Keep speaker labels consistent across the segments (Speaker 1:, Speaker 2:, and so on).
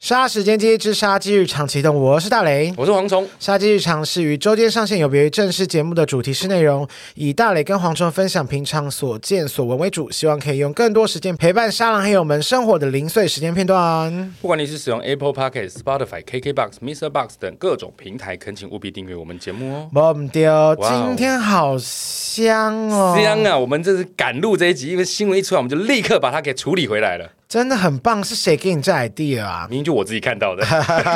Speaker 1: 杀时间机之杀鸡日常启动，我是大雷。
Speaker 2: 我是蝗虫，
Speaker 1: 杀鸡日常是于周间上线，有别于正式节目的主题式内容，以大磊跟蝗虫分享平常所见所闻为主，希望可以用更多时间陪伴沙狼黑友们生活的零碎时间片段。
Speaker 2: 不管你是使用 Apple p o c k e t Spotify、KKBox、Mr. Box 等各种平台，恳请务必订阅我们节目哦。
Speaker 1: 我们丢，
Speaker 2: 哦
Speaker 1: 今天好香哦，
Speaker 2: 香啊！我们这是赶路这一集，因为新闻一出来，我们就立刻把它给处理回来了。
Speaker 1: 真的很棒，是谁给你这 idea 啊？
Speaker 2: 明明就我自己 看到的，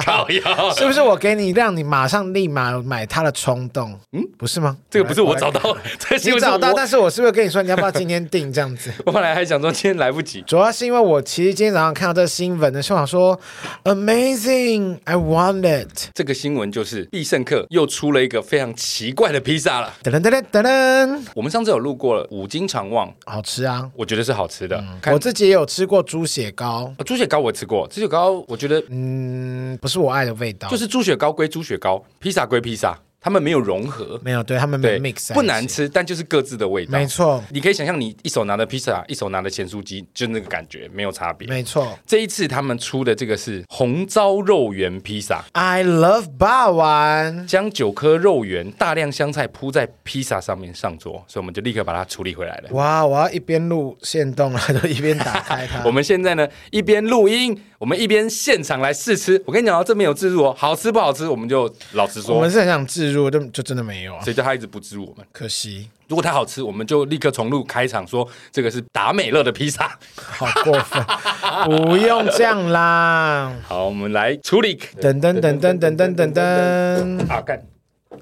Speaker 2: 靠腰，啊
Speaker 1: 是不是我给你让你马上立马买它的冲动？嗯，不是吗？
Speaker 2: 这个不是我
Speaker 1: 来
Speaker 2: 找。到，这个新
Speaker 1: 你
Speaker 2: 闻是
Speaker 1: 找到，
Speaker 2: 我
Speaker 1: 但是我是不是跟你说你要不要今天订这样子？
Speaker 2: 我本来还想说今天来不及，
Speaker 1: 主要是因为我其实今天早上看到这新闻的时候，想说 amazing, I want it。
Speaker 2: 这个新闻就是必胜客又出了一个非常奇怪的披萨了。
Speaker 1: 噔噔噔噔噔噔，
Speaker 2: 我们上次有录过了，五斤肠旺，
Speaker 1: 好吃啊！
Speaker 2: 我觉得是好吃的。看
Speaker 1: 嗯
Speaker 2: 哦
Speaker 1: 我自己也有吃过猪血糕，
Speaker 2: 猪血糕我吃过，猪血糕我觉得
Speaker 1: 嗯，不是我爱的味道，
Speaker 2: 就是猪血糕归猪血糕，披萨归披萨，他们没有融合，
Speaker 1: 没有对他们没
Speaker 2: 对
Speaker 1: mix，，
Speaker 2: 不难，吃，但就是各自的味道
Speaker 1: 没。错，
Speaker 2: 你可以想象，你一手拿着披萨，一手拿着咸酥鸡，就那个感觉没有差别。
Speaker 1: 没错。
Speaker 2: 这一次他们出的这个是红糟肉圆披萨，
Speaker 1: I love 霸王，
Speaker 2: 将九颗肉圆、大量香菜铺在披萨上面上桌，所以我们就立刻把它处理回来了。
Speaker 1: 哇！我要一边录现动了，都一边打开它
Speaker 2: 我。们现在呢，一边录音，我们一边现场来试吃。我跟你讲哦，这没有自助哦，好吃不好吃，我们就老实
Speaker 1: 我
Speaker 2: 说
Speaker 1: 们。是很想置入，就就真的没有啊，
Speaker 2: 谁叫他一直不自助我们？
Speaker 1: 可惜，
Speaker 2: 如果它好吃，我们就立刻重录开场说这个是达美乐的披 萨。
Speaker 1: 好过分， 不用这样啦。
Speaker 2: 好，我们来处理。
Speaker 1: 噔噔噔噔噔噔噔噔。
Speaker 2: 啊，干！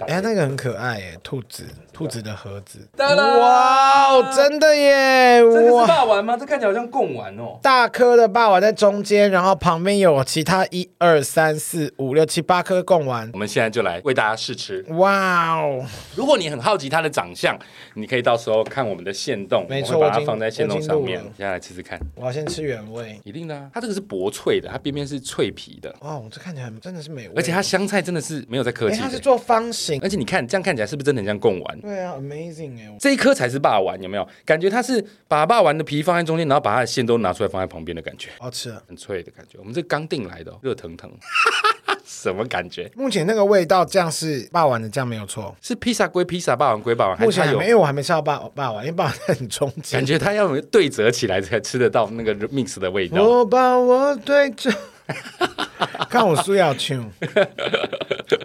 Speaker 1: 哎、那个很可爱耶，兔子，兔子的盒子。
Speaker 2: 哒啦
Speaker 1: 哇哦，真的耶！
Speaker 2: 这个是
Speaker 1: 哇，
Speaker 2: 霸丸吗？这看起来好像贡丸哦。
Speaker 1: 大颗的霸王在中间，然后旁边有其他一二三四五六七八颗贡丸。
Speaker 2: 我们现在就来为大家试吃。
Speaker 1: 哇哦，
Speaker 2: 如果你很好奇它的长相，你可以到时候看我们的线动，
Speaker 1: 没错
Speaker 2: 我会把
Speaker 1: 我已
Speaker 2: 它
Speaker 1: 经
Speaker 2: 放在线动上
Speaker 1: 我
Speaker 2: 面
Speaker 1: 已经录了。
Speaker 2: 现在来吃吃看，
Speaker 1: 我要先吃原味。
Speaker 2: 一定的啊。它这个是薄脆的，它边边是脆皮的，
Speaker 1: 哇哦，这看起来很真的是美味。
Speaker 2: 而且它香菜真的是没有在客
Speaker 1: 哎、
Speaker 2: 气
Speaker 1: 它是
Speaker 2: 的。
Speaker 1: 做方形。
Speaker 2: 而且你看，这样看起来是不是真的很像贡丸？
Speaker 1: 对啊，amazing 哎，
Speaker 2: 这一颗才是霸丸，有没有？感觉它是把霸丸的皮放在中间，然后把它的馅都拿出来放在旁边的感觉。
Speaker 1: 好吃啊。
Speaker 2: 很脆的感觉。我们这刚订来的、哦，热腾腾， 什么感觉？
Speaker 1: 目前那个味道酱是霸王的酱没有错。
Speaker 2: 是披萨归披萨，霸王归霸王，还
Speaker 1: 目
Speaker 2: 是
Speaker 1: 前
Speaker 2: 它
Speaker 1: 还
Speaker 2: 有
Speaker 1: 没，因为我还没吃到霸霸王，因为霸王在很中
Speaker 2: 感
Speaker 1: 间。
Speaker 2: 觉它要对折起来才吃得到那个 mix 的味道。
Speaker 1: 我把我对着， 看我苏要唱。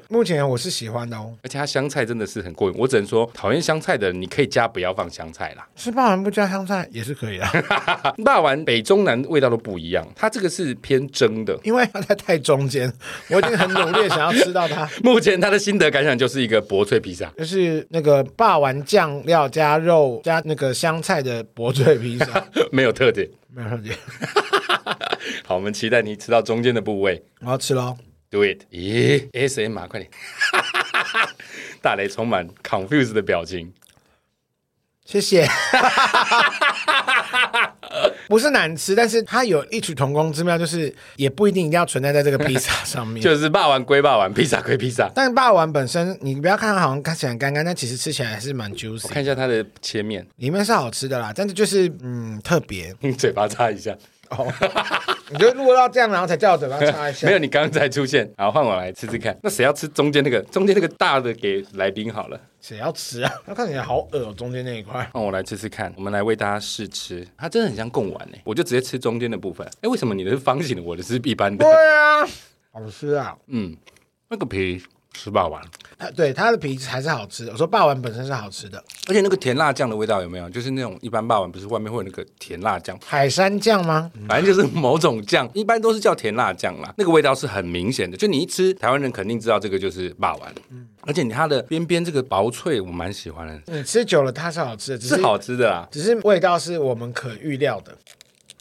Speaker 1: 目前我是喜欢的哦，
Speaker 2: 而且它香菜真的是很过瘾，我只能说，讨厌香菜的人，你可以加不要放香菜啦。
Speaker 1: 吃霸王不加香菜也是可以的，
Speaker 2: 霸王北中南味道都不一样，它这个是偏蒸的。
Speaker 1: 因为它在太中间，我已经很努力地想要吃到它。
Speaker 2: 目前它的心得感想就是一个薄脆披萨，
Speaker 1: 就是那个霸王酱料加肉加那个香菜的薄脆披萨，
Speaker 2: 没有特点。
Speaker 1: 没有问题。
Speaker 2: 好，我们期待你吃到中间的部位。
Speaker 1: 我要吃哦喽！
Speaker 2: Do it！咦，ASMR，快点！ 大雷充满 confuse 的表情。
Speaker 1: 谢谢。 不是难吃，但是它有异曲同工之妙，就是也不一定一定要存在在这个披萨上面。
Speaker 2: 就是霸王归霸王，披萨归披萨。
Speaker 1: 但霸王本身，你不要看它好像看起来很干干，但其实吃起来还是蛮 juicy，
Speaker 2: 看一下它的切面，
Speaker 1: 里面是好吃的啦，但是就是嗯特别。
Speaker 2: 你嘴巴擦一下。
Speaker 1: 你就录到这样，然后才叫我嘴巴擦一下
Speaker 2: 没。有，你刚才出现，好，换我来吃吃看。那谁要吃中间那个？中间那个大的给来宾好了，
Speaker 1: 谁要吃啊？它看起来好恶、哦，中间那一块。
Speaker 2: 换我来吃吃看。我们来为大家试吃，它真的很像贡丸欸诶，我就直接吃中间的部分。哎，为什么你的是方形的，我的是一般
Speaker 1: 对
Speaker 2: 的？
Speaker 1: 啊，好吃啊！
Speaker 2: 嗯，那个皮吃霸王，
Speaker 1: 它对它的皮还是好吃的。我说霸王本身是好吃的，
Speaker 2: 而且那个甜辣酱的味道有没有？就是那种一般霸王不是外面会有那个甜辣酱，
Speaker 1: 海山酱吗？
Speaker 2: 反正就是某种酱，一般都是叫甜辣酱啦。那个味道是很明显的，就你一吃，台湾人肯定知道这个就是霸丸。
Speaker 1: 嗯
Speaker 2: 而且你它的边边这个薄脆，我蛮喜欢的，
Speaker 1: 你吃久了它是好吃的，只
Speaker 2: 是
Speaker 1: 是
Speaker 2: 好吃的啦。
Speaker 1: 只是味道是我们可预料的。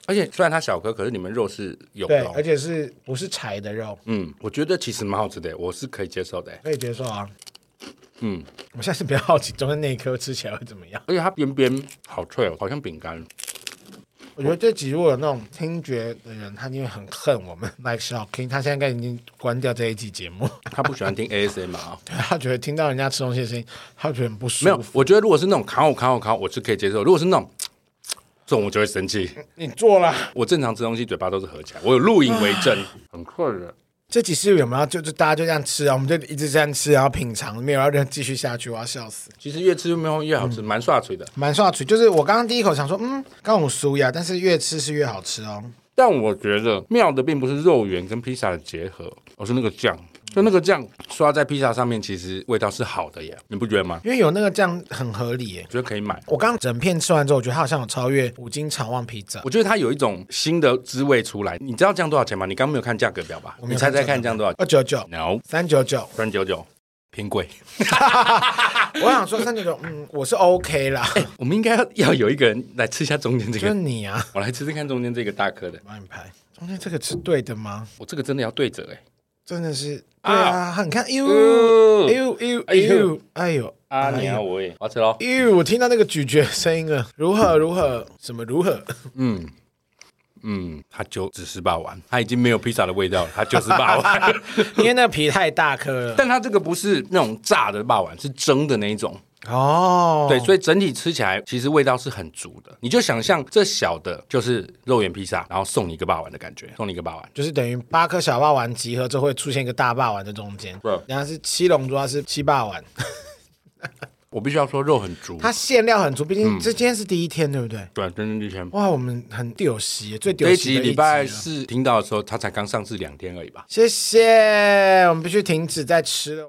Speaker 2: 而且虽然它小颗，可是里面肉是有
Speaker 1: 对
Speaker 2: 的哦，。
Speaker 1: 而且是不是柴的肉？
Speaker 2: 嗯，我觉得其实蛮好吃的，我是可以接受的。
Speaker 1: 可以接受啊。
Speaker 2: 嗯，
Speaker 1: 我下次比较好奇中间那一颗吃起来会怎么样。
Speaker 2: 而且它边边好脆哦，好像饼干。
Speaker 1: 我觉得这集如果有那种听觉的人，他一定会很恨我们 like shocking。他现在应该已经关掉这一集节目，
Speaker 2: 他不喜欢听 ASMR，哦
Speaker 1: 他觉得听到人家吃东西的声音，他觉得很不舒服。
Speaker 2: 没有。我觉得如果是那种烤我烤我烤，我是可以接受；如果是那种这种我就会生气。
Speaker 1: 你做了
Speaker 2: 我正常吃东西嘴巴都是合起来，我有录影为证，很困人。
Speaker 1: 这几次有没有就就大家就这样吃啊？我们就一直这样吃，然后品尝，没有要继续下去，我要笑死。
Speaker 2: 其实越吃越越好吃，蛮刷嘴的。
Speaker 1: 蛮刷嘴，就是我刚刚第一口想说，嗯，刚我酥呀，但是越吃是越好吃哦。
Speaker 2: 但我觉得妙的并不是肉圆跟披萨的结合，而是那个酱。就那个酱刷在披萨上面，其实味道是好的耶，你不觉得吗？
Speaker 1: 因为有那个酱很合理耶。
Speaker 2: 我觉得可以买。
Speaker 1: 我刚刚整片吃完之后，我觉得它好像有超越五金长旺披萨。
Speaker 2: 我觉得它有一种新的滋味出来。你知道酱多少钱吗？你刚没有看价格表吧？
Speaker 1: 没
Speaker 2: 你
Speaker 1: 有
Speaker 2: 猜
Speaker 1: 看
Speaker 2: 猜
Speaker 1: 价格
Speaker 2: 看酱多少钱
Speaker 1: 二九九，
Speaker 2: ？No，
Speaker 1: 三九九。
Speaker 2: 三九九，偏贵。
Speaker 1: 我想说三九九，嗯，我是 OK 啦，
Speaker 2: 我们应该要要有一个人来吃一下中间这
Speaker 1: 就是
Speaker 2: 个。
Speaker 1: 你啊，
Speaker 2: 我来吃吃看中间这个大颗的，
Speaker 1: 帮你拍。中间这个是对的吗？
Speaker 2: 我这个真的要对折哎。
Speaker 1: 真的是，对
Speaker 2: 啊
Speaker 1: 啊，很看，哎呦，哎
Speaker 2: 呃
Speaker 1: 呦，哎呦，哎
Speaker 2: 哎呦
Speaker 1: 呦，哎呦，
Speaker 2: 啊，你要我也我要吃喽。
Speaker 1: 哎呦，我听到那个咀嚼声音了，如何如何，什么如 何？
Speaker 2: 嗯嗯，它就只是霸王，它已经没有披萨的味道了，它就是霸王。
Speaker 1: 因为那个皮太大颗了。
Speaker 2: 但它这个不是那种炸的霸王，是蒸的那一种。
Speaker 1: 哦，
Speaker 2: 对，所以整体吃起来其实味道是很足的。你就想象这小的就是肉圆披萨，然后送你一个霸王的感觉，送你一个霸王。
Speaker 1: 就是等于八颗小霸丸集合之后会出现一个大霸丸的中间
Speaker 2: 对，
Speaker 1: 然后是七龙珠，它是七霸丸，
Speaker 2: 我必须要说肉很足，
Speaker 1: 它馅料很足，毕
Speaker 2: 嗯
Speaker 1: 竟这今天是第一天，对不对？
Speaker 2: 对，真正之前
Speaker 1: 哇，我们很丢席，最
Speaker 2: 这
Speaker 1: 丢
Speaker 2: 一
Speaker 1: 席
Speaker 2: 集
Speaker 1: 的一啊
Speaker 2: 礼拜
Speaker 1: 了
Speaker 2: 四听到的时候，它才刚上市两天而已吧。
Speaker 1: 谢谢，我们必须停止再吃了。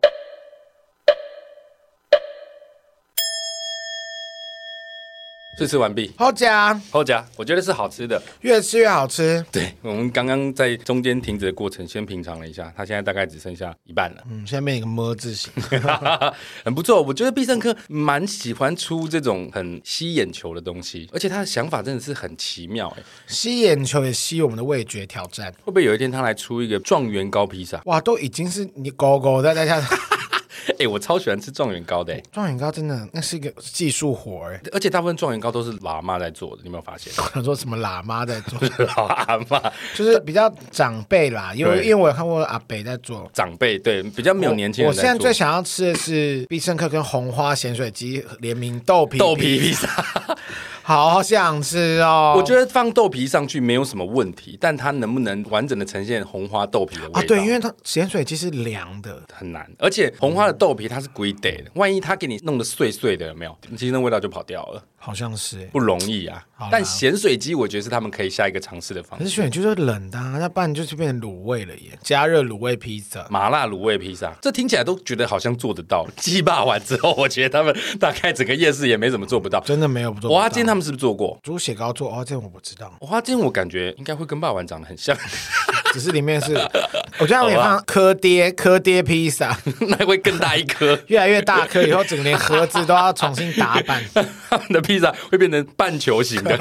Speaker 2: 试吃完毕，
Speaker 1: 好假，
Speaker 2: 后加我觉得是好吃的。
Speaker 1: 越吃越好吃。
Speaker 2: 对我们刚刚在中间停止的过程，先品尝了一下，它现在大概只剩下一半了。
Speaker 1: 嗯，下面一个么字形，
Speaker 2: 很不错，我觉得必胜客蛮喜欢出这种很吸眼球的东西，而且他的想法真的是很奇妙、欸。
Speaker 1: 吸眼球也吸我们的味觉挑战。
Speaker 2: 会不会有一天他来出一个状元糕披萨？
Speaker 1: 哇，都已经是你狗狗在在下
Speaker 2: 哎、我超喜欢吃状元糕的、欸，
Speaker 1: 状元糕，真的那是一个技术活儿欸。
Speaker 2: 而且大部分状元糕都是老阿妈在做的，你有没有发 现？
Speaker 1: 想说什么喇嘛在做，
Speaker 2: 老阿妈
Speaker 1: 就是比较长辈啦，因为
Speaker 2: 对
Speaker 1: 因为我有看过阿北在做。
Speaker 2: 长辈对比较没有年轻
Speaker 1: 我
Speaker 2: 人
Speaker 1: 现在
Speaker 2: 在
Speaker 1: 最
Speaker 2: 做。
Speaker 1: 想要吃的是必胜客跟红花咸水鸡联名豆皮，
Speaker 2: 豆皮披萨，
Speaker 1: 好想吃哦！
Speaker 2: 我觉得放豆皮上去没有什么问题，但它能不能完整的呈现红花豆皮的味道？
Speaker 1: 啊，对，因为它咸水鸡是凉的，
Speaker 2: 很难，而且红花的豆皮它是归 day 的，万一它给你弄得碎碎的，有没有？其实那味道就跑掉了。
Speaker 1: 好像是欸。
Speaker 2: 不容易啊
Speaker 1: 好啦。
Speaker 2: 但咸水鸡，我觉得是他们可以下一个尝试的方
Speaker 1: 可
Speaker 2: 式。
Speaker 1: 是选就是冷的、啊，那不然就是变成卤味了耶，加热卤味披萨。
Speaker 2: 麻辣卤味披萨，这听起来都觉得好像做得到。 鸡霸完之后，我觉得他们大概整个夜市也没怎么做不到。
Speaker 1: 真的没有不做不到。
Speaker 2: 蚵仔煎他们是不是做过？
Speaker 1: 猪血糕做哦，这我不知道，
Speaker 2: 蚵仔煎我感觉应该会跟霸王长得很像，
Speaker 1: 只是里面 是，我觉得他们也放柯爹柯爹披萨，
Speaker 2: 那会更大一颗。
Speaker 1: 越来越大颗，以后整个连盒子都要重新打 板。
Speaker 2: 他们的披萨会变成半球形 的，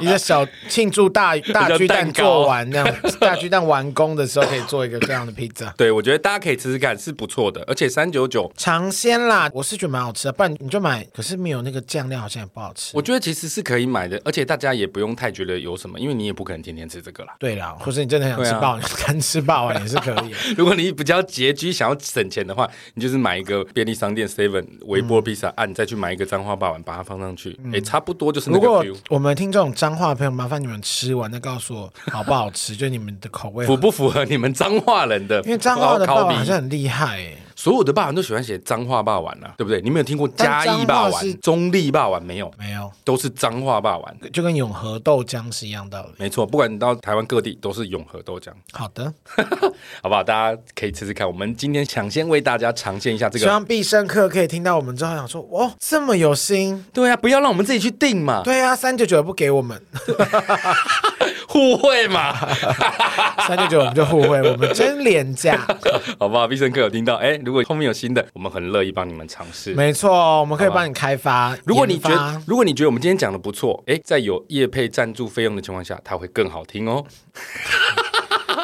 Speaker 1: 一个小庆祝大大巨蛋做完那样，大巨蛋完工的时候可以做一个这样的披萨。
Speaker 2: 对我觉得大家可以吃吃看，是不错的。而且三九九，
Speaker 1: 尝鲜啦，我是觉得蛮好吃的，不然你就买，可是没有那个酱料好像也不好吃
Speaker 2: 我。觉得其实是可以买的，而且大家也不用太觉得有什么，因为你也不可能天天吃这个啦。
Speaker 1: 对啦，或是你真的很想
Speaker 2: 对
Speaker 1: 吃
Speaker 2: 啊
Speaker 1: 霸王，干吃霸王也是可 以的。
Speaker 2: 如果你比较拮据，想要省钱的话，你就是买一个便利商店 Seven 微波披
Speaker 1: 嗯
Speaker 2: 萨，啊，你再去买一个脏话霸王，把它放上去，哎、差不多就是那
Speaker 1: 如
Speaker 2: 个
Speaker 1: 果
Speaker 2: feel。
Speaker 1: 我们听这种脏话的朋友，麻烦你们吃完再告诉我好不好 吃，就你们的口味。
Speaker 2: 符不符合你们脏话人的？
Speaker 1: 因为脏话的霸
Speaker 2: 烤
Speaker 1: 王
Speaker 2: 饼
Speaker 1: 好像很厉害诶、
Speaker 2: 所有的霸王都喜欢写脏话霸王啊，对不对？你没有听过嘉义
Speaker 1: 但
Speaker 2: 霸
Speaker 1: 彰化是
Speaker 2: 王、中立霸王没有？
Speaker 1: 没有，
Speaker 2: 都是脏话霸王。
Speaker 1: 就跟永和豆浆是一样道理。
Speaker 2: 没错，不管你到台湾各地都是永和豆浆，
Speaker 1: 好的，
Speaker 2: 好不好？大家可以吃吃看。我们今天抢先为大家尝鲜一下这
Speaker 1: 希
Speaker 2: 个。
Speaker 1: 望必胜客可以听到我们之后想说，哦，这么有心。
Speaker 2: 对啊，不要让我们自己去定嘛，
Speaker 1: 对啊，三九九也不给我们，
Speaker 2: 互惠嘛。
Speaker 1: 三九九我们就互惠，我们真廉 价。
Speaker 2: 好不好？必胜客有听到，哎、如果后面有新的，我们很乐意帮你们尝试。
Speaker 1: 没错，哦我们可以帮你开发。
Speaker 2: 如果你
Speaker 1: 研
Speaker 2: 觉
Speaker 1: 发
Speaker 2: 得，如果你觉得我们今天讲的不错，哎、在有业配赞助费用的情况下，它会更好听哦。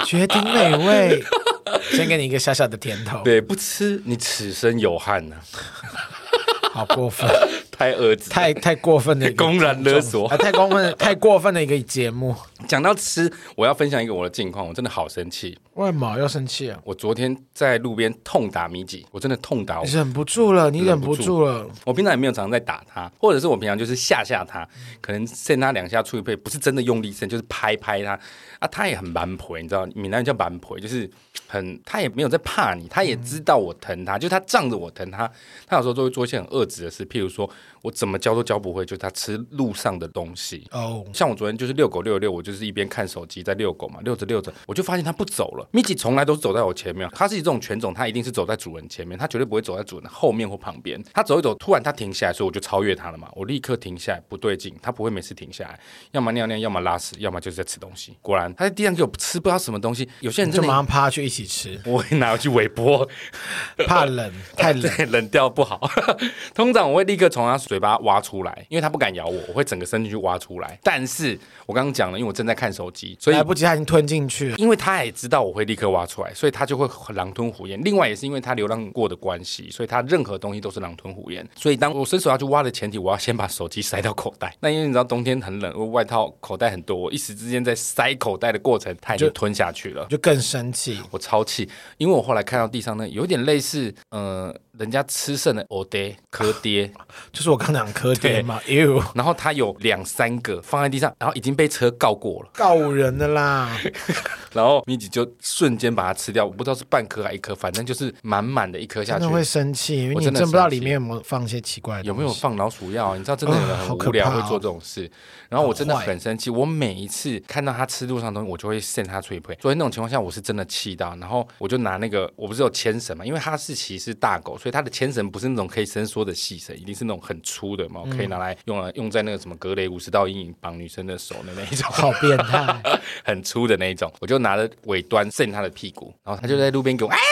Speaker 1: 绝顶美味， 先给你一个小小的甜头，
Speaker 2: 对，不吃你此生有憾呐、
Speaker 1: 好过分。
Speaker 2: 啊 太恶质，
Speaker 1: 太太过分的一个
Speaker 2: 公然勒索
Speaker 1: 啊， 太过分、太过分的一个节目。
Speaker 2: 讲到吃，我要分享一个我的近况，我真的好生气。
Speaker 1: 为毛要生气啊？
Speaker 2: 我昨天在路边痛打米几，我真的痛打我
Speaker 1: 你。忍不住了，你忍
Speaker 2: 忍
Speaker 1: 不
Speaker 2: 不住
Speaker 1: 住了，
Speaker 2: 我平常也没有常常在打他，或者是我平常就是吓吓他，可能扇他两下出一配，不是真的用力扇，就是拍拍他啊。他也很蛮婆，你知道，闽南人叫蛮婆，就是很他也没有在怕你，他也知道我疼他，就他仗着我疼他，他有时候都会做一些很恶质的事，譬如说我怎么教都教不会，就是他吃路上的东西。
Speaker 1: 哦，
Speaker 2: 像我昨天就是遛狗遛一遛，我就是一边看手机在遛狗嘛，遛着遛着，我就发现它不走了。米奇从来都是走在我前面，它是这种犬种，它一定是走在主人前面，它绝对不会走在主人后面或旁边。它走一走，突然它停下来，所以我就超越它了嘛，我立刻停下来，不对劲，它不会每次停下来，要么尿尿，要么拉屎，要么就是在吃东西。果然，它在地上给我吃不知道什么东西，有些人
Speaker 1: 你就
Speaker 2: 真
Speaker 1: 马
Speaker 2: 的。
Speaker 1: 上趴下去一起 吃，
Speaker 2: 我会拿去微波，
Speaker 1: 怕 冷，太冷。
Speaker 2: 对，冷掉不好。 通常我会立刻从他嘴巴挖出来，因为他不敢咬我，我会整个伸进去挖出来。但是我刚刚讲了，因为我正在看手机，所以
Speaker 1: 来不及，他已经吞进去了。
Speaker 2: 因为他也知道我会立刻挖出来，所以他就会狼吞虎咽。另外也是因为他流浪过的关系，所以他任何东西都是狼吞虎咽。所以当我伸手要去挖的前提，我要先把手机塞到口袋。那因为你知道冬天很冷，我外套口袋很多，我一时之间在塞口袋的过程，他已经吞下去了。
Speaker 1: 就更生气，
Speaker 2: 我超气，因为我后来看到地上那有点类似，呃，人家吃剩的藕爹、壳爹，
Speaker 1: 就是我刚讲科爹嘛，you
Speaker 2: 然后他有两三个放在地上，然后已经被车告过了。
Speaker 1: 告五人的 啦，
Speaker 2: 然后米吉就瞬间把它吃掉，我不知道是半颗还一颗，反正就是满满的一颗下
Speaker 1: 真
Speaker 2: 去
Speaker 1: 的。会生气，因为
Speaker 2: 我
Speaker 1: 你
Speaker 2: 真
Speaker 1: 真
Speaker 2: 的
Speaker 1: 不知道
Speaker 2: 生气
Speaker 1: 里面有没有放一些奇怪的
Speaker 2: 有
Speaker 1: 东西，
Speaker 2: 没有放老鼠药啊？你知道，真的有人
Speaker 1: 哦啊好
Speaker 2: 很
Speaker 1: 可
Speaker 2: 无聊
Speaker 1: 怕哦
Speaker 2: 会做这种事。然后我真的
Speaker 1: 好坏
Speaker 2: 很生气，我每一次看到他吃路上的东西，我就会扇他脆皮。所以那种情况下，我是真的气到，然后我就拿那个，我不是有牵绳嘛，因为它是其实是大狗，所以它的牵绳不是那种可以伸缩的细绳，一定是那种很粗的嘛，
Speaker 1: 嗯
Speaker 2: 可以拿来用来用在那个什么格雷五十道阴影绑女生的手的那一 种。
Speaker 1: 好变 态，
Speaker 2: 很粗的那一种，我就拿着尾端扇他的屁股，然后他就
Speaker 1: 嗯
Speaker 2: 在路边给我哎呀。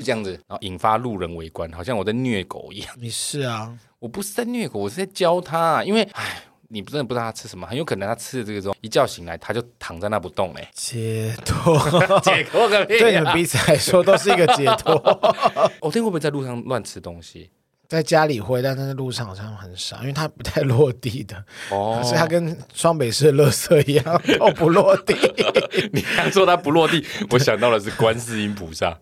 Speaker 2: 这样子，然后引发路人围观，好像我在虐狗一样。
Speaker 1: 你是啊，
Speaker 2: 我不是在虐狗，我是在教他，啊因为唉，你真的不知道他吃什么，很有可能他吃了这个之后，一觉醒来他就躺在那不动欸 嘞、
Speaker 1: 解脱，
Speaker 2: 解脱个屁、
Speaker 1: 对你们
Speaker 2: 啊！哦
Speaker 1: 彼此来说都是一个解脱。
Speaker 2: 我天会不会在路上乱吃东西？
Speaker 1: 在家里会，但是在路上好像很少，因为它不太落地的，
Speaker 2: 哦，
Speaker 1: 所以它跟双北市的垃圾一样都不落地。
Speaker 2: 你刚说他不落地，我想到的是观世音菩 萨，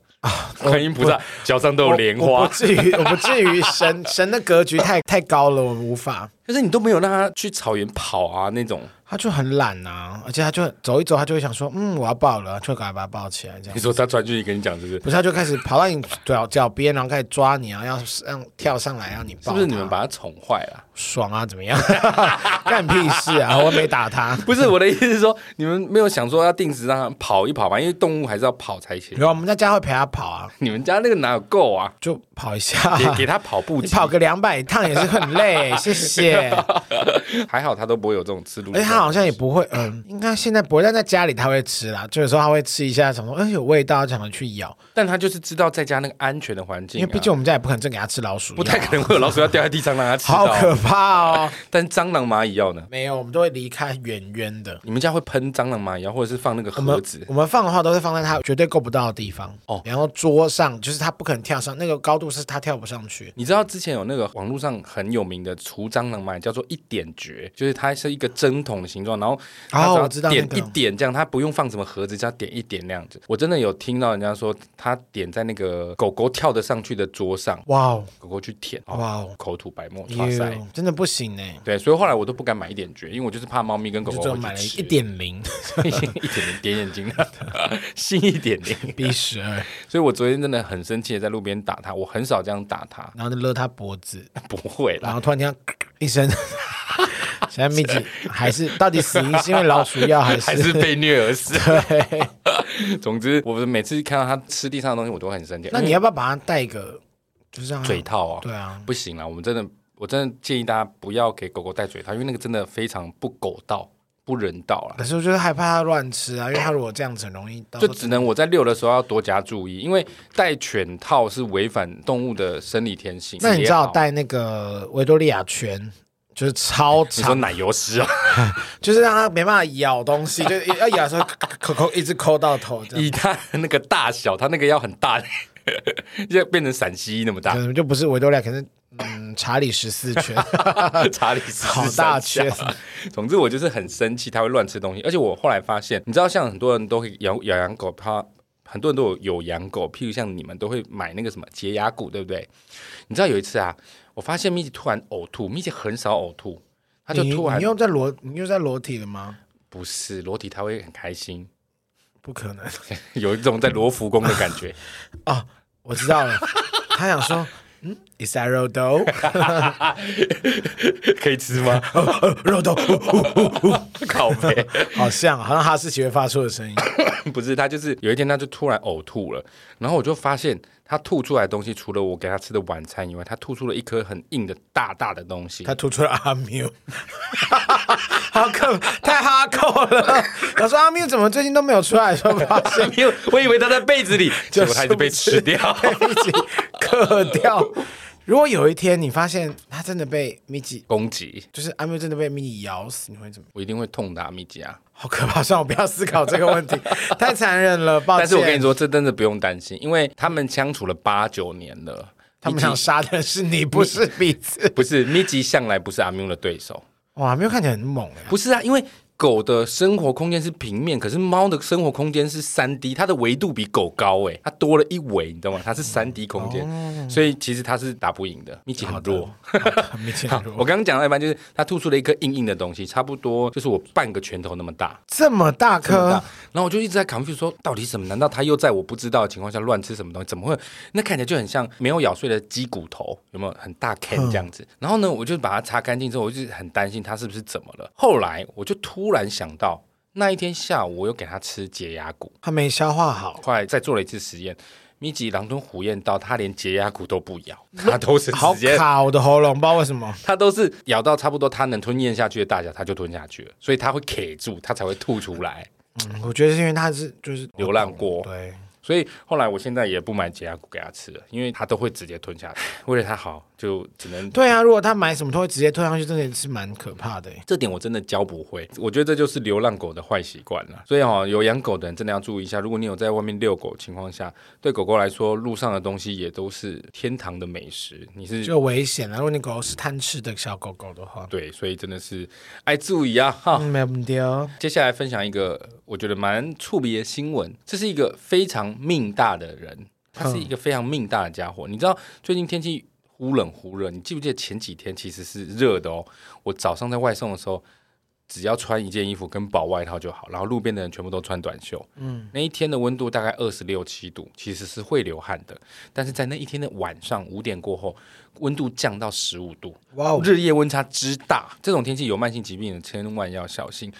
Speaker 2: 观音菩萨脚上都有莲
Speaker 1: 我我
Speaker 2: 花
Speaker 1: 不，至于，我不至于神 神的格局太太高了，我无法。
Speaker 2: 就是你都没有让他去草原跑啊那种。
Speaker 1: 他就很懒啊，而且他就走一走，他就会想说，嗯，我要抱了，就赶快把它抱起来，这样
Speaker 2: 你。说他传讯息跟你讲，是不是？
Speaker 1: 不是，他就开始跑到你脚脚边，然后开始抓你啊，要让跳上来让你
Speaker 2: 是
Speaker 1: 抱他。
Speaker 2: 不是你们把他宠坏了？
Speaker 1: 爽啊？怎么样？ 干屁事啊！我没打他。
Speaker 2: 不是我的意思是说，你们没有想说要定时让它跑一跑嘛？因为动物还是要跑才 行。
Speaker 1: 然后我们在家会陪他跑啊，
Speaker 2: 你们家那个哪有够啊？
Speaker 1: 就跑一下。
Speaker 2: 给给它跑步
Speaker 1: 你
Speaker 2: 机，啊
Speaker 1: 跑个两百趟也是很累，谢谢。
Speaker 2: 还好它都不会有这种吃路。
Speaker 1: 而且他好像也不会，嗯，应该现在不会，但在家里他会吃啦。就有时候他会吃一下，想说，哎、有味道，想着去咬。
Speaker 2: 但它就是知道在家那个安全的环境、
Speaker 1: 因
Speaker 2: 啊，
Speaker 1: 为毕竟我们家也不可能真给他吃老鼠药啊、
Speaker 2: 不太可能会有老鼠要掉在地上让它吃
Speaker 1: 好
Speaker 2: 到。
Speaker 1: 可怕哦。
Speaker 2: 但蟑螂、蚂蚁药呢？
Speaker 1: 没有，我们都会离开远远的。
Speaker 2: 你们家会喷蟑螂、蚂蚁药，或者是放那个
Speaker 1: 我
Speaker 2: 盒
Speaker 1: 们
Speaker 2: 子？
Speaker 1: 我们放的话都是放在他绝对够不到的地方，
Speaker 2: 哦
Speaker 1: 然后桌上就是他不可能跳上那个高度，是他跳不上去。
Speaker 2: 你知道之前有那个网络上很有名的除蟑螂蚂蚁叫做一点绝，就是它是一个针筒的形状，然后它
Speaker 1: 哦，我
Speaker 2: 只
Speaker 1: 知道
Speaker 2: 要
Speaker 1: 那
Speaker 2: 点一
Speaker 1: 个，
Speaker 2: 点这样，它不用放什么盒子，只要点一点那样子。我真的有听到人家说，他点在那个狗狗跳得上去的桌上，
Speaker 1: 哇哦
Speaker 2: 狗狗去舔，哦、
Speaker 1: 哇哦，
Speaker 2: 口吐白沫，哇塞！
Speaker 1: 哟真的不行呢。
Speaker 2: 对，所以后来我都不敢买一点绝，因为我就是怕猫咪跟狗
Speaker 1: 就
Speaker 2: 狗
Speaker 1: 只有
Speaker 2: 会
Speaker 1: 买了
Speaker 2: 去吃
Speaker 1: 一点 零
Speaker 2: 一点零点眼睛，啊 新一点零。
Speaker 1: B 十二，
Speaker 2: 所以我昨天真的很生气，在路边打它，我很少这样打它，
Speaker 1: 然后就勒他脖子，
Speaker 2: 不会
Speaker 1: 然
Speaker 2: 啦。
Speaker 1: 后突然听到 一声，现在密集还是到底死因是因为老鼠药还
Speaker 2: 还
Speaker 1: 是
Speaker 2: 是被虐而死。 总之，我每次看到它吃地上的东西，我都很生气。
Speaker 1: 那
Speaker 2: 因
Speaker 1: 你
Speaker 2: 为
Speaker 1: 要不要把它带个，就是让它
Speaker 2: 嘴套啊？
Speaker 1: 对啊，
Speaker 2: 不行啦，我们真的，我真的建议大家不要给狗狗戴嘴套，因为那个真的非常不狗道、不人道啦。
Speaker 1: 可是我就是害怕它乱吃啊，因为它如果这样子很容易到时
Speaker 2: 就
Speaker 1: 候
Speaker 2: 只能我在遛的时候要多加注意，因为戴犬套是违反动物的生理天性。
Speaker 1: 那你知道
Speaker 2: 戴？
Speaker 1: 戴那个维多利亚圈，就是超
Speaker 2: 你说
Speaker 1: 长，
Speaker 2: 奶油丝 啊？
Speaker 1: 就是让它没办法咬东西，就是要咬的时候抠抠一直抠到头，这样
Speaker 2: 以它那 个大小，它那个要很大，要变成陕西那么大
Speaker 1: 可。能就不是维多利亚，可能嗯，查理十四 圈，
Speaker 2: 查理斯
Speaker 1: 好大圈。
Speaker 2: 总之，我就是很生气，它会乱吃东西。而且我后来发现，你知道，像很多人都会养养养狗，它很多人都有有养狗，譬如像你们都会买那个什么洁牙骨，对不对？你知道有一次啊，我发现米奇突然呕吐，米奇很少呕吐，他就
Speaker 1: 你
Speaker 2: 突然
Speaker 1: 你又在裸，你又在裸体了吗？
Speaker 2: 不是裸体，他会很开心，
Speaker 1: 不可能
Speaker 2: 有一种在罗浮宫的感 觉。
Speaker 1: 哦，我知道 了，他想说，嗯，Is that 肉 豆？
Speaker 2: 可以吃吗？
Speaker 1: 肉豆，
Speaker 2: 靠背。
Speaker 1: 好像好像哈士奇会发出的声音。
Speaker 2: 不是，他就是有一天他就突然呕吐了，然后我就发现他吐出来的东西，除了我给他吃的晚餐以外，他吐出了一颗很硬的大大的东西
Speaker 1: 他。吐出了阿 缪，好可太哈扣了。我说阿缪怎么最近都没有出来？说发现
Speaker 2: 没有，我以为他在被子里， 结
Speaker 1: 就是
Speaker 2: 果他一直被吃掉。
Speaker 1: 被米奇 克掉。如果有一天你发现他真的被米奇，
Speaker 2: 攻击，
Speaker 1: 就是阿缪真的被米奇咬死，你会怎么？
Speaker 2: 我一定会痛打米奇啊！
Speaker 1: 好可怕！算了，我不要思考这个问题，太残忍了。抱歉，
Speaker 2: 哦但是我跟你，说，这真的不用担心，因为他们相处了八九年了。
Speaker 1: 他们
Speaker 2: 米奇
Speaker 1: 想杀的是你，不是彼此。
Speaker 2: 不是米奇向来不是阿缪的对手，
Speaker 1: 哇，阿缪看起来很猛 哎、
Speaker 2: 不是啊，因为狗的生活空间是平面，可是猫的生活空间是三 D，它的维度比狗高哎、它多了一维，你知道吗？它是三 D 空间，所以其实它是打不赢的，米奇很弱。
Speaker 1: 很没见过
Speaker 2: 我刚刚讲到一半，就是它吐出了一颗硬硬的东西，差不多就是我半个拳头那么大。
Speaker 1: 这么大
Speaker 2: 这么
Speaker 1: 颗，
Speaker 2: 大然后我就一直在 confuse 说，到底什么？难道它又在我不知道的情况下乱吃什么东西？怎么会？那看起来就很像没有咬碎的鸡骨头，有没有很大 can 这样子？
Speaker 1: 嗯
Speaker 2: 然后呢，我就把它擦干净之后，我就很担心它是不是怎么了。后来我就突然想到，那一天下午我又给它吃洁牙骨，
Speaker 1: 他没消化好，
Speaker 2: 后来再做了一次实验。米奇狼吞虎咽到，它连洁牙骨都不咬，它都是
Speaker 1: 嗯好
Speaker 2: 直接
Speaker 1: 卡我的喉咙，不知道为什么。
Speaker 2: 它都是咬到差不多它能吞咽下去的大小，它就吞下去了，所以它会 K 住，它才会吐出来。
Speaker 1: 嗯我觉得是因为他是就是
Speaker 2: 流浪过
Speaker 1: 对，
Speaker 2: 所以后来我现在也不买洁牙骨给它吃了，因为它都会直接吞下去。为了它好，就只能
Speaker 1: 对啊，如果他买什么都会直接吞上去，真的是蛮可怕的欸。
Speaker 2: 这点我真的教不会。我觉得这就是流浪狗的坏习惯了。所以哦，有养狗的人真的要注意一下，如果你有在外面遛狗的情况下，对狗狗来说，路上的东西也都是天堂的美食。你是
Speaker 1: 就危险啊了。如果你狗是贪吃的小狗狗的话，
Speaker 2: 对，所以真的是爱注意啊哈。
Speaker 1: 嗯，没有丢。
Speaker 2: 接下来分享一个我觉得蛮触鼻的新闻，这是一个非常命大的人，他是一个非常命大的家伙。你知道最近天气忽冷忽热，你记不记得前几天其实是热的哦？我早上在外送的时候，只要穿一件衣服跟薄外套就好，然后路边的人全部都穿短袖。嗯，那一天的温度大概二十六七度，其实是会流汗的，但是在那一天的晚上五点过后，温度降到十五度。
Speaker 1: 哇哦，
Speaker 2: 日夜温差之大，这种天气有慢性疾病的千万要小心。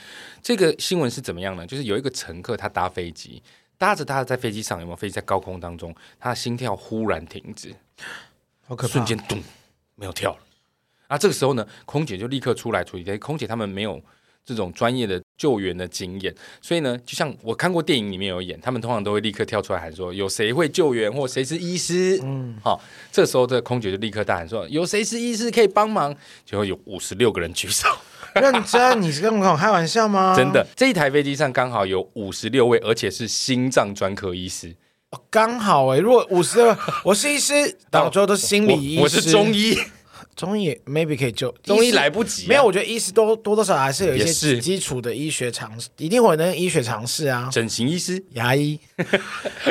Speaker 2: 这个新闻是怎么样呢？就是有一个乘客他搭飞机，搭着搭着在飞机上有没有飞机在高空当中，他的心跳忽然停止，
Speaker 1: 好可怕！
Speaker 2: 瞬间咚没有跳了。啊，这个时候呢，空姐就立刻出来处理。空姐他们没有这种专业的救援的经验，所以呢，就像我看过电影里面有演，他们通常都会立刻跳出来喊说：“有谁会救援，或谁是医师？”嗯，好、这时候这个空姐就立刻大喊说：“有谁是医师可以帮忙？”结果有五十六个人举手，
Speaker 1: 认真，你是跟我开玩笑吗？
Speaker 2: 真，的，这一台飞机上刚好有五十六位，而且是心脏专科医师。
Speaker 1: 刚好哎。如果五十二，我是医师，到最后都是心理医师，
Speaker 2: 我我是中
Speaker 1: 医，
Speaker 2: 医，
Speaker 1: 中医 maybe 可以救，
Speaker 2: 中医
Speaker 1: 师
Speaker 2: 来不及啊、
Speaker 1: 没有，我觉得医师多多多少少还是有一
Speaker 2: 也
Speaker 1: 些
Speaker 2: 是
Speaker 1: 基础的医学常识，一定会有那个医学常识啊。
Speaker 2: 整形医师，
Speaker 1: 牙医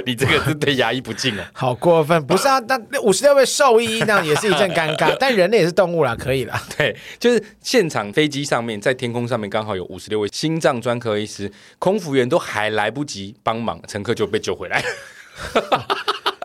Speaker 2: 你这个是对牙医不敬哦。
Speaker 1: 好过分，不是 啊？那五十六位兽医那样也是一阵尴尬，但人类也是动物啦，可以 啦。
Speaker 2: 对，就是现场飞机上面，在天空上面刚好有五十六位心脏专科医师，空服员都还来不及帮忙，乘客就被救回来，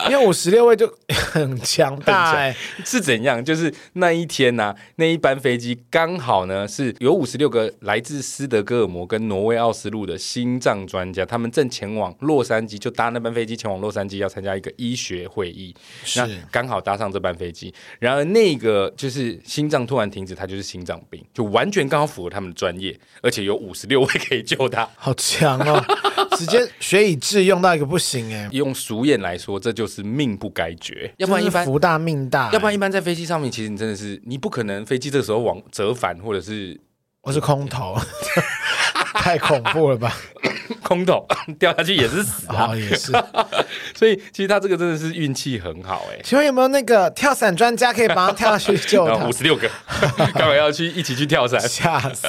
Speaker 1: 因为五十六位就很强大、欸，
Speaker 2: 是怎样？就是那一天呢、那一班飞机刚好呢是有五十六个来自斯德哥尔摩跟挪威奥斯陆的心脏专家，他们正前往洛杉矶，就搭那班飞机前往洛杉矶，要参加一个医学会议。那刚好搭上这班飞机，然而那个就是心脏突然停止，他就是心脏病，就完全刚好符合他们的专业，而且有五十六位可以救他。
Speaker 1: 好强 哦！直接学以致用到一个不行哎、
Speaker 2: 用俗谚来说，这就是命不该绝，
Speaker 1: 要
Speaker 2: 要不然一般。
Speaker 1: 福大命大、欸
Speaker 2: 要不然一般在飞机上面，其实你真的是你不可能飞机这时候往折返或者是
Speaker 1: 我是空 投，太恐怖了吧？
Speaker 2: 空投 掉下去也是死啊，
Speaker 1: 哦，也是，
Speaker 2: 所以其实他这个真的是运气很好哎、
Speaker 1: 请问有没有那个跳伞专家可以帮他跳下去救
Speaker 2: 然后
Speaker 1: 他
Speaker 2: 五？十六个，干嘛要去一起去 跳伞？
Speaker 1: 吓死！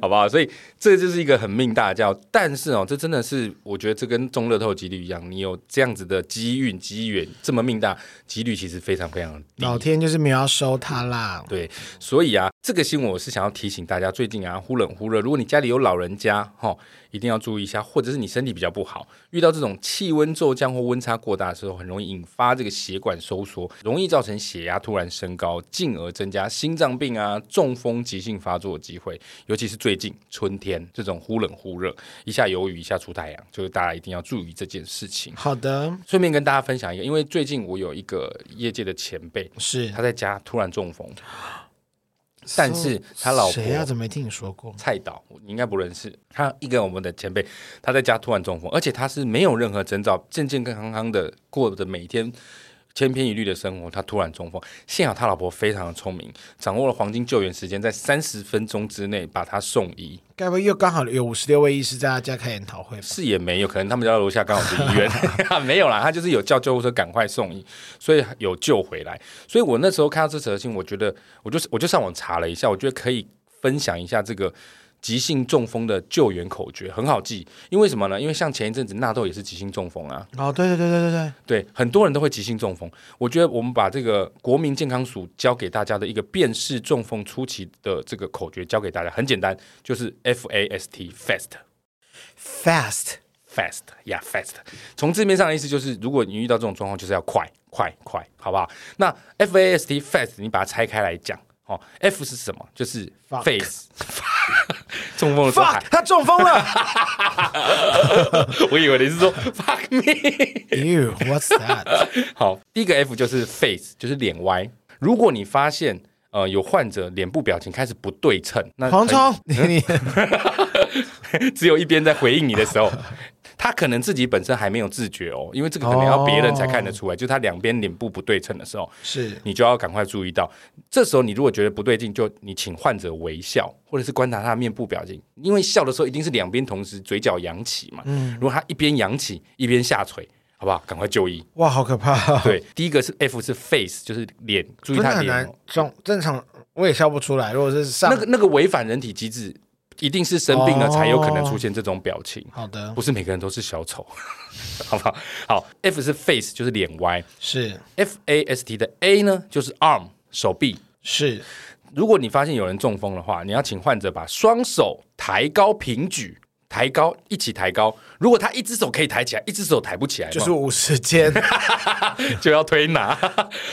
Speaker 2: 好不好？所以这就是一个很命大叫，但是哦，这真的是我觉得这跟中乐透几率一样，你有这样子的机运、机缘这么命大，几率其实非常非常低。
Speaker 1: 老天就是没有要收他啦。
Speaker 2: 对，所以啊，这个新闻我是想要提醒大家，最近啊忽冷忽热，如果你家里有老人家哈、吼一定要注意一下，或者是你身体比较不好，遇到这种气温骤降或温差过大的时候，很容易引发这个血管收缩，容易造成血压突然升高，进而增加心脏病啊、中风急性发作的机会。尤其是最近春天这种忽冷忽热，一下有雨一下出太阳，就是大家一定要注意这件事情。
Speaker 1: 好的，
Speaker 2: 顺便跟大家分享一个，因为最近我有一个业界的前辈，
Speaker 1: 是。
Speaker 2: 他在家突然中风，但是他老婆
Speaker 1: 谁啊呀？怎么没听你说过？
Speaker 2: 蔡导，你应该不认识。他一个我们的前辈，他在家突然中风，而且他是没有任何征兆，健健康康的过着每天千篇一律的生活。他突然中风，幸好他老婆非常的聪明，掌握了黄金救援时间，在三十分钟之内把他送医。
Speaker 1: 该不会又刚好有五十六位医师在他家开研讨会吧？
Speaker 2: 是也没有，可能他们家楼下刚好是医院，啊没有啦，他就是有叫救护车赶快送医，所以有救回来。所以我那时候看到这则新闻，我觉得我就我就上网查了一下，我觉得可以分享一下这个。急性中风的救援口诀很好记，因为什么呢？因为像前一阵子纳豆也是急性中风啊，
Speaker 1: 哦，对对对对对对，
Speaker 2: 对，很多人都会急性中风。我觉得我们把这个国民健康署教给大家的一个辨识中风初期的这个口诀教给大家，很简单，就是 F A S T FAST。
Speaker 1: fast
Speaker 2: fast 呀、fast，从字面上的意思就是，如果你遇到这种状况，就是要快快快，好不好？那 F A S T fast，你把它拆开来讲哦，F 是什么？就是
Speaker 1: Fuck
Speaker 2: face，中风的时候
Speaker 1: fuck，
Speaker 2: 喊，
Speaker 1: 他中风 了。
Speaker 2: 我以为你是说 fuck me。
Speaker 1: You what's that？
Speaker 2: 好，第一个 F 就是 face，就是脸歪。如果你发现呃有患者脸部表情开始不对称，那
Speaker 1: 黄 聪，你哎你
Speaker 2: 只有一边在回应你的时候，他可能自己本身还没有自觉哦，因为这个可能要别人才看得出来，就他两边脸部不对称的时候，
Speaker 1: 是
Speaker 2: 你就要赶快注意到。这时候你如果觉得不对劲，就你请患者微笑，或者是观察他的面部表情，因为笑的时候一定是两边同时嘴角扬起嘛。
Speaker 1: 嗯
Speaker 2: 如果他一边扬起一边下垂，好不好？赶快就医。
Speaker 1: 哇，好可怕哦！
Speaker 2: 对，第一个是 F 是 face，就是脸，注意
Speaker 1: 真的
Speaker 2: 他
Speaker 1: 很
Speaker 2: 脸
Speaker 1: 难
Speaker 2: 哦。
Speaker 1: 中，正常我也笑不出来。如果是上
Speaker 2: 那个那个违反人体机制，一定是生病了才有可能出现这种表情。
Speaker 1: 好的
Speaker 2: 不是每个人都是小丑， 好不好？好，F 是 face，就是脸歪
Speaker 1: 是
Speaker 2: ；F A S T 的 A 呢，就是 arm，手臂。
Speaker 1: 是
Speaker 2: 如果你发现有人中风的话，你要请患者把双手抬高平举，抬高一起抬高。如果他一只手可以抬起来，一只手抬不起来，
Speaker 1: 就是五十 肩，
Speaker 2: 就要推 拿，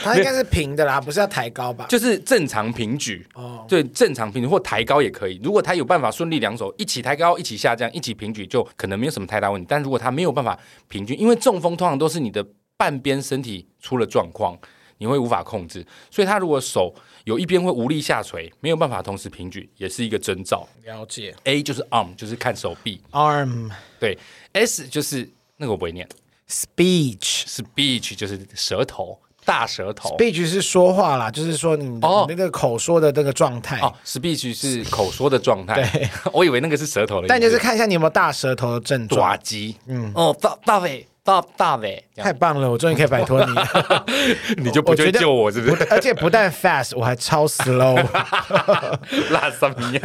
Speaker 1: 他应该是平的啦，不是要抬高吧？
Speaker 2: 就是正常平举。
Speaker 1: 哦，
Speaker 2: 对，正常平举或抬高也可以。如果他有办法顺利两手一起抬高、一起下降、一起平举，就可能没有什么太大问题。但如果他没有办法平均，因为中风通常都是你的半边身体出了状况，你会无法控制。所以他如果手有一边会无力下垂，没有办法同时平举，也是一个征兆。
Speaker 1: 了解。
Speaker 2: A 就是 arm，就是看手臂。
Speaker 1: Arm
Speaker 2: 对，S 就是那个我不会念
Speaker 1: speech
Speaker 2: ，speech 就是舌头，大舌头。
Speaker 1: speech 是说话啦，就是说你你
Speaker 2: 哦
Speaker 1: 那个口说的那个状态。
Speaker 2: 哦，speech 是口说的状态。我以为那个是舌头的意思，
Speaker 1: 但就是看一下你有没有大舌头的症状。
Speaker 2: 鸡，嗯，哦，大大伟，大大伟，这样
Speaker 1: 太棒了，我终于可以摆脱你了。
Speaker 2: 你就不
Speaker 1: 觉
Speaker 2: 去
Speaker 1: 得
Speaker 2: 救我是不是？
Speaker 1: 而且不但 fast，我还超 slow。
Speaker 2: 拉三米，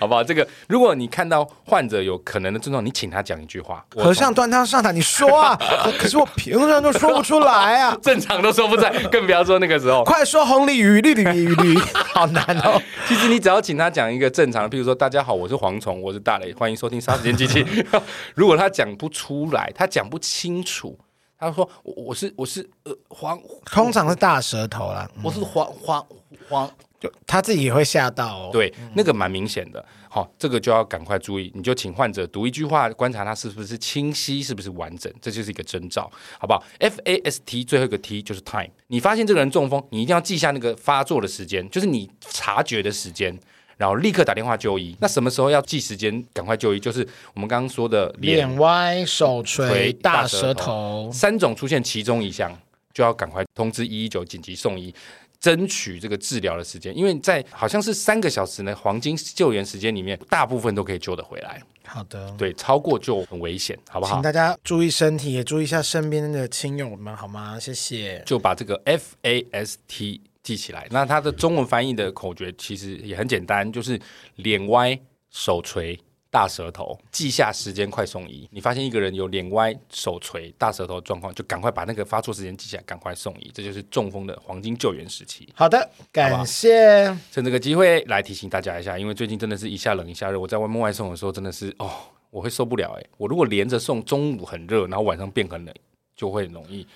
Speaker 2: 好不好？这个，如果你看到患者有可能的症状，你请他讲一句话。我
Speaker 1: 和尚端汤上塔，你说 啊，可是我平常都说不出来啊。
Speaker 2: 正常都说不出来，更不要说那个时候。
Speaker 1: 快说红鲤鱼、绿鲤鱼、 驴，好难哦。
Speaker 2: 其实你只要请他讲一个正常的，譬如说“大家好，我是蝗虫，我是大雷，欢迎收听杀时间机器” 。 如果他讲不出来，他讲不清楚，他说“我我是我是呃黄，
Speaker 1: 通常是大舌头啦，
Speaker 2: 我是黄黄黄”，
Speaker 1: 就他自己也会吓到哦。
Speaker 2: 对，那个蛮明显的。好、这个就要赶快注意，你就请患者读一句话，观察他是不是清晰，是不是完整，这就是一个征兆，好不好？F A S T 最后一个 T 就是 time。你发现这个人中风，你一定要记下那个发作的时间，就是你察觉的时间。然后立刻打电话就医。那什么时候要记时间？赶快就医，就是我们刚刚说的脸
Speaker 1: 脸歪、手
Speaker 2: 垂
Speaker 1: 垂、
Speaker 2: 大
Speaker 1: 大
Speaker 2: 舌
Speaker 1: 舌
Speaker 2: 头
Speaker 1: 头，
Speaker 2: 三种出现其中一项，就要赶快通知一一九紧急送医。争取这个治疗的时间，因为在好像是三个小时呢黄金救援时间里面，大部分都可以救得回来。
Speaker 1: 好的，
Speaker 2: 对，超过就很危险，好不
Speaker 1: 请
Speaker 2: 好？
Speaker 1: 大家注意身体，也注意一下身边的亲友们，好吗？谢谢。
Speaker 2: 就把这个 F A S T 记起来。那它的中文翻译的口诀其实也很简单，就是脸歪、手垂、大舌头，记下时间快送医。你发现一个人有脸歪、手垂、大舌头的状况，就赶快把那个发作时间记下来，赶快送医。这就是中风的黄金救援时期。
Speaker 1: 好的，感谢。
Speaker 2: 趁这个机会来提醒大家一下，因为最近真的是一下冷一下热，我在外面外送的时候真的是哦，我会受不了哎、我如果连着送，中午很热，然后晚上变很冷，就会很容易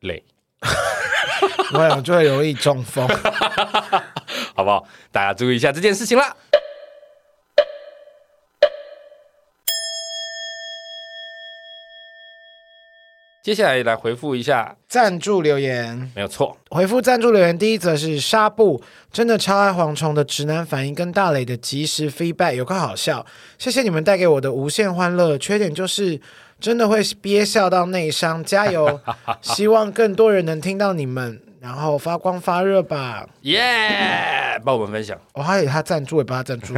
Speaker 2: 累。
Speaker 1: 我想就会容易中风。
Speaker 2: 好不好？大家注意一下这件事情啦。接下来来回复一下，
Speaker 1: 赞助留言，
Speaker 2: 没有错，
Speaker 1: 回复赞助留言，第一则是纱布，真的超爱蝗虫的直男反应跟大磊的及时 feedback，有个好笑，谢谢你们带给我的无限欢乐。缺点就是真的会憋笑到内伤，加 油！希望更多人能听到你们，然后发光发热吧。
Speaker 2: 耶、帮我们分享
Speaker 1: 哦，还有他赞助，也帮他 赞助。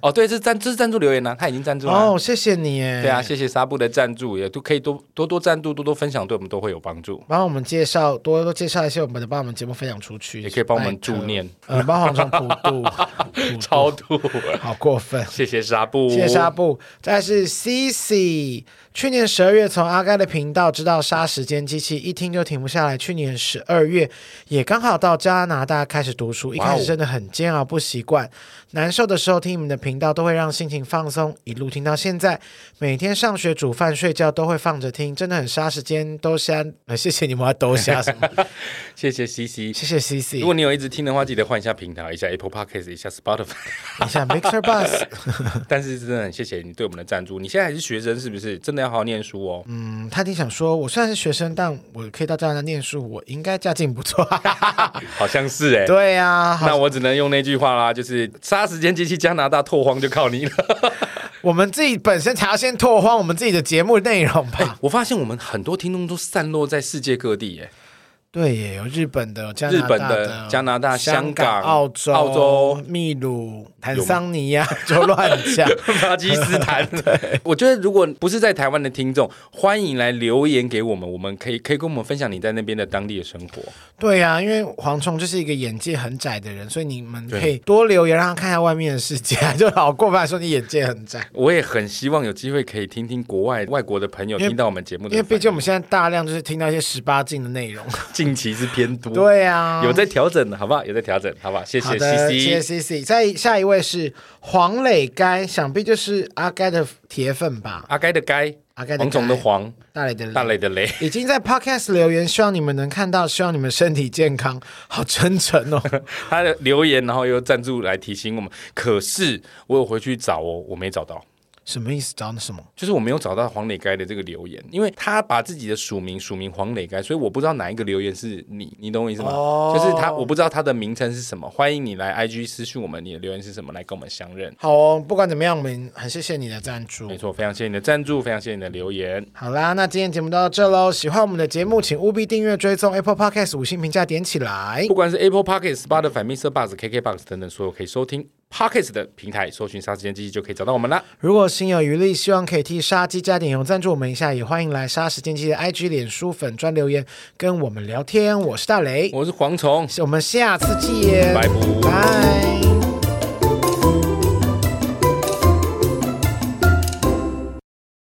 Speaker 2: 哦。对，这是赞这是赞助留言呢、啊他已经赞助了。
Speaker 1: 哦，谢谢你耶。
Speaker 2: 对啊，，谢谢纱布的赞助，也都可以多多多赞助，多多分享，对我们都会有帮助，
Speaker 1: 帮我们介绍，多多介绍一些我们的，帮我们节目分享出去，
Speaker 2: 也可以帮我们助
Speaker 1: 拜托，
Speaker 2: 念
Speaker 1: 呃，帮蝗虫普渡， 普渡
Speaker 2: 超度。
Speaker 1: 好过分。
Speaker 2: 谢谢纱布，
Speaker 1: 谢谢纱布，再来是 CC。去年十二月从阿该的频道知道杀时间机器，一听就停不下来。去年十二月也刚好到加拿大开始读书，一
Speaker 2: 哇哦
Speaker 1: 开始真的很煎熬，不习惯，难受的时候听你们的频道都会让心情放松，一路听到现在，每天上学、煮饭、睡觉都会放着听，真的很杀时间。都瞎，呃，谢谢你们要都瞎什么？
Speaker 2: 谢谢 CC。
Speaker 1: 谢谢 CC。
Speaker 2: 如果你有一直听的话，记得换一下平台，一下 Apple Podcast，一下 Spotify。
Speaker 1: 你想 Mixer Bus，
Speaker 2: 但是真的很谢谢你对我们的赞助。你现在还是学生是不是？真的要好好念书哦。
Speaker 1: 嗯，他一定想说，我虽然是学生，但我可以到加拿大念书，我应该家境不错。
Speaker 2: 好像是哎、
Speaker 1: 对呀、啊，
Speaker 2: 那
Speaker 1: 好，
Speaker 2: 我只能用那句话啦，就是杀时间机器加拿大拓荒就靠 你了。
Speaker 1: 我们自己本身才要先拓荒我们自己的节目内容吧。
Speaker 2: 哎我发现我们很多听众都散落在世界各地耶、 欸
Speaker 1: 对耶，有日本的、有加
Speaker 2: 日
Speaker 1: 拿
Speaker 2: 本
Speaker 1: 大
Speaker 2: 的加拿大
Speaker 1: 香
Speaker 2: 香港
Speaker 1: 澳洲、
Speaker 2: 澳洲
Speaker 1: 秘鲁、坦桑尼亚， 就乱 讲。
Speaker 2: 巴基斯 坦。我觉得如果不是在台湾的听众，欢迎来留言给我们，我们可以可以跟我们分享你在那边的当地的生活。
Speaker 1: 对呀、因为蝗虫就是一个眼界很窄的人，所以你们
Speaker 2: 对
Speaker 1: 可以多留言，让他看一下外面的世界。 就老过分说你眼界很窄，
Speaker 2: 我也很希望有机会可以听听国外外国的朋友
Speaker 1: 因为
Speaker 2: 听到我们节目
Speaker 1: 因
Speaker 2: 的反应，
Speaker 1: 为毕竟我们现在大量就是听到一些十八禁的内容。
Speaker 2: 近期是偏多。
Speaker 1: 对呀、啊，
Speaker 2: 有在调整的，好不好？有在调整，好不好？谢
Speaker 1: 好
Speaker 2: 谢
Speaker 1: 的，谢谢
Speaker 2: CC。
Speaker 1: C C。再下一位是黄磊该，想必就是阿该的铁粉吧？
Speaker 2: 阿该的该，
Speaker 1: 阿该的
Speaker 2: 黄总的
Speaker 1: 该，
Speaker 2: 黄，
Speaker 1: 大磊的
Speaker 2: 大
Speaker 1: 磊，
Speaker 2: 雷的雷，
Speaker 1: 已经在 Podcast 留言，希望你们能看到，希望你们身体健康。好真诚 哦，
Speaker 2: 他的留言，然后又赞助来提醒我们。可是我有回去找哦，我没找到。
Speaker 1: 什么意思？找什么？
Speaker 2: 就是我没有找到黄磊该的这个留言，因为他把自己的署名署名黄磊该，所以我不知道哪一个留言是你，你懂我意思吗？
Speaker 1: 哦
Speaker 2: 就是他，我不知道他的名称是什么。欢迎你来 IG 私讯我们，你的留言是什么，来跟我们相认。
Speaker 1: 好哦，不管怎么样，我们很谢谢你的赞助
Speaker 2: 没。错，非常谢谢你的赞助，非常谢谢你的留言。
Speaker 1: 好啦，那今天节目到这喽。喜欢我们的节目，请务必订阅、追踪 Apple Podcast 五星评价点起来
Speaker 2: 不。管是 Apple Pocket、Spotify、Mr. Buzz、KKBox 等等所有可以收听 Pocket 的平台，搜寻“杀时间机器”就可以找到我们啦。
Speaker 1: 如果心有余力，希望可以替杀鸡加点油赞助我们一下，也欢迎来杀时间机的 IG、脸书粉专留言跟我们聊天。我是大雷，
Speaker 2: 我是蝗虫，
Speaker 1: 我们下次见，
Speaker 2: 拜拜。
Speaker 1: 拜